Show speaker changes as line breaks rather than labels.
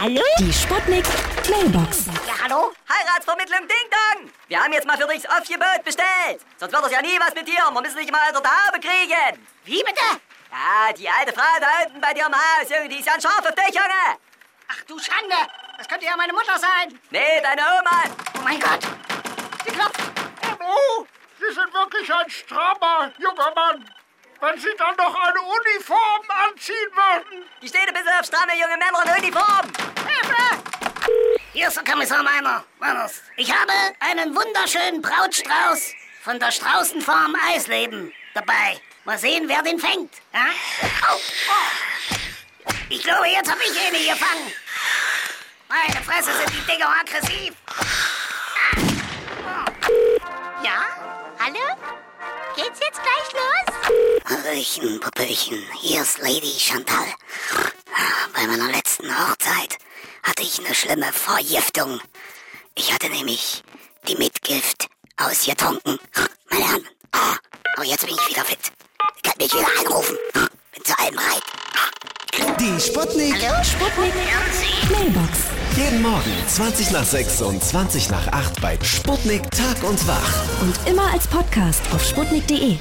Hallo?
Die Sputnik Mailbox.
Ja, hallo?
Heiratsvermittlung Ding Dong! Wir haben jetzt mal für dich das Aufgebot bestellt. Sonst wird das ja nie was mit dir. Wir müssen dich mal unter die Haube kriegen.
Wie bitte?
Ja, die alte Frau da unten bei dir im Haus, Junge, die ist ja ein Schaf auf dich, Junge.
Ach du Schande! Das könnte ja meine Mutter sein!
Nee, deine Oma.
Oh mein Gott! Sie klopft!
Oh, Sie sind wirklich ein strammer junger Mann. Wenn Sie dann noch eine Uniform anziehen würden.
Die steht ein bisschen auf stramme junge Männer in Uniform.
Hilfe! Hier ist der Kommissar Meiner. Meiners. Ich habe einen wunderschönen Brautstrauß von der Straußenfarm Eisleben dabei. Mal sehen, wer den fängt. Ja? Au, oh. Ich glaube, jetzt habe ich ihn gefangen. Meine Fresse sind die Dinger aggressiv. Ah.
Ja? Hallo? Geht's jetzt gleich los?
Hallöchen, Popöchen, hier ist Lady Chantal. Bei meiner letzten Hochzeit hatte ich eine schlimme Vergiftung. Ich hatte nämlich die Mitgift ausgetrunken. Meine Herren, ah, aber jetzt bin ich wieder fit. Ihr könnt mich wieder anrufen. Bin zu allem bereit.
Die Sputnik.
Hallo?
Sputnik Mailbox.
Jeden Morgen 20 nach 6 und 20 nach 8 bei Sputnik Tag und Wach.
Und immer als Podcast auf sputnik.de.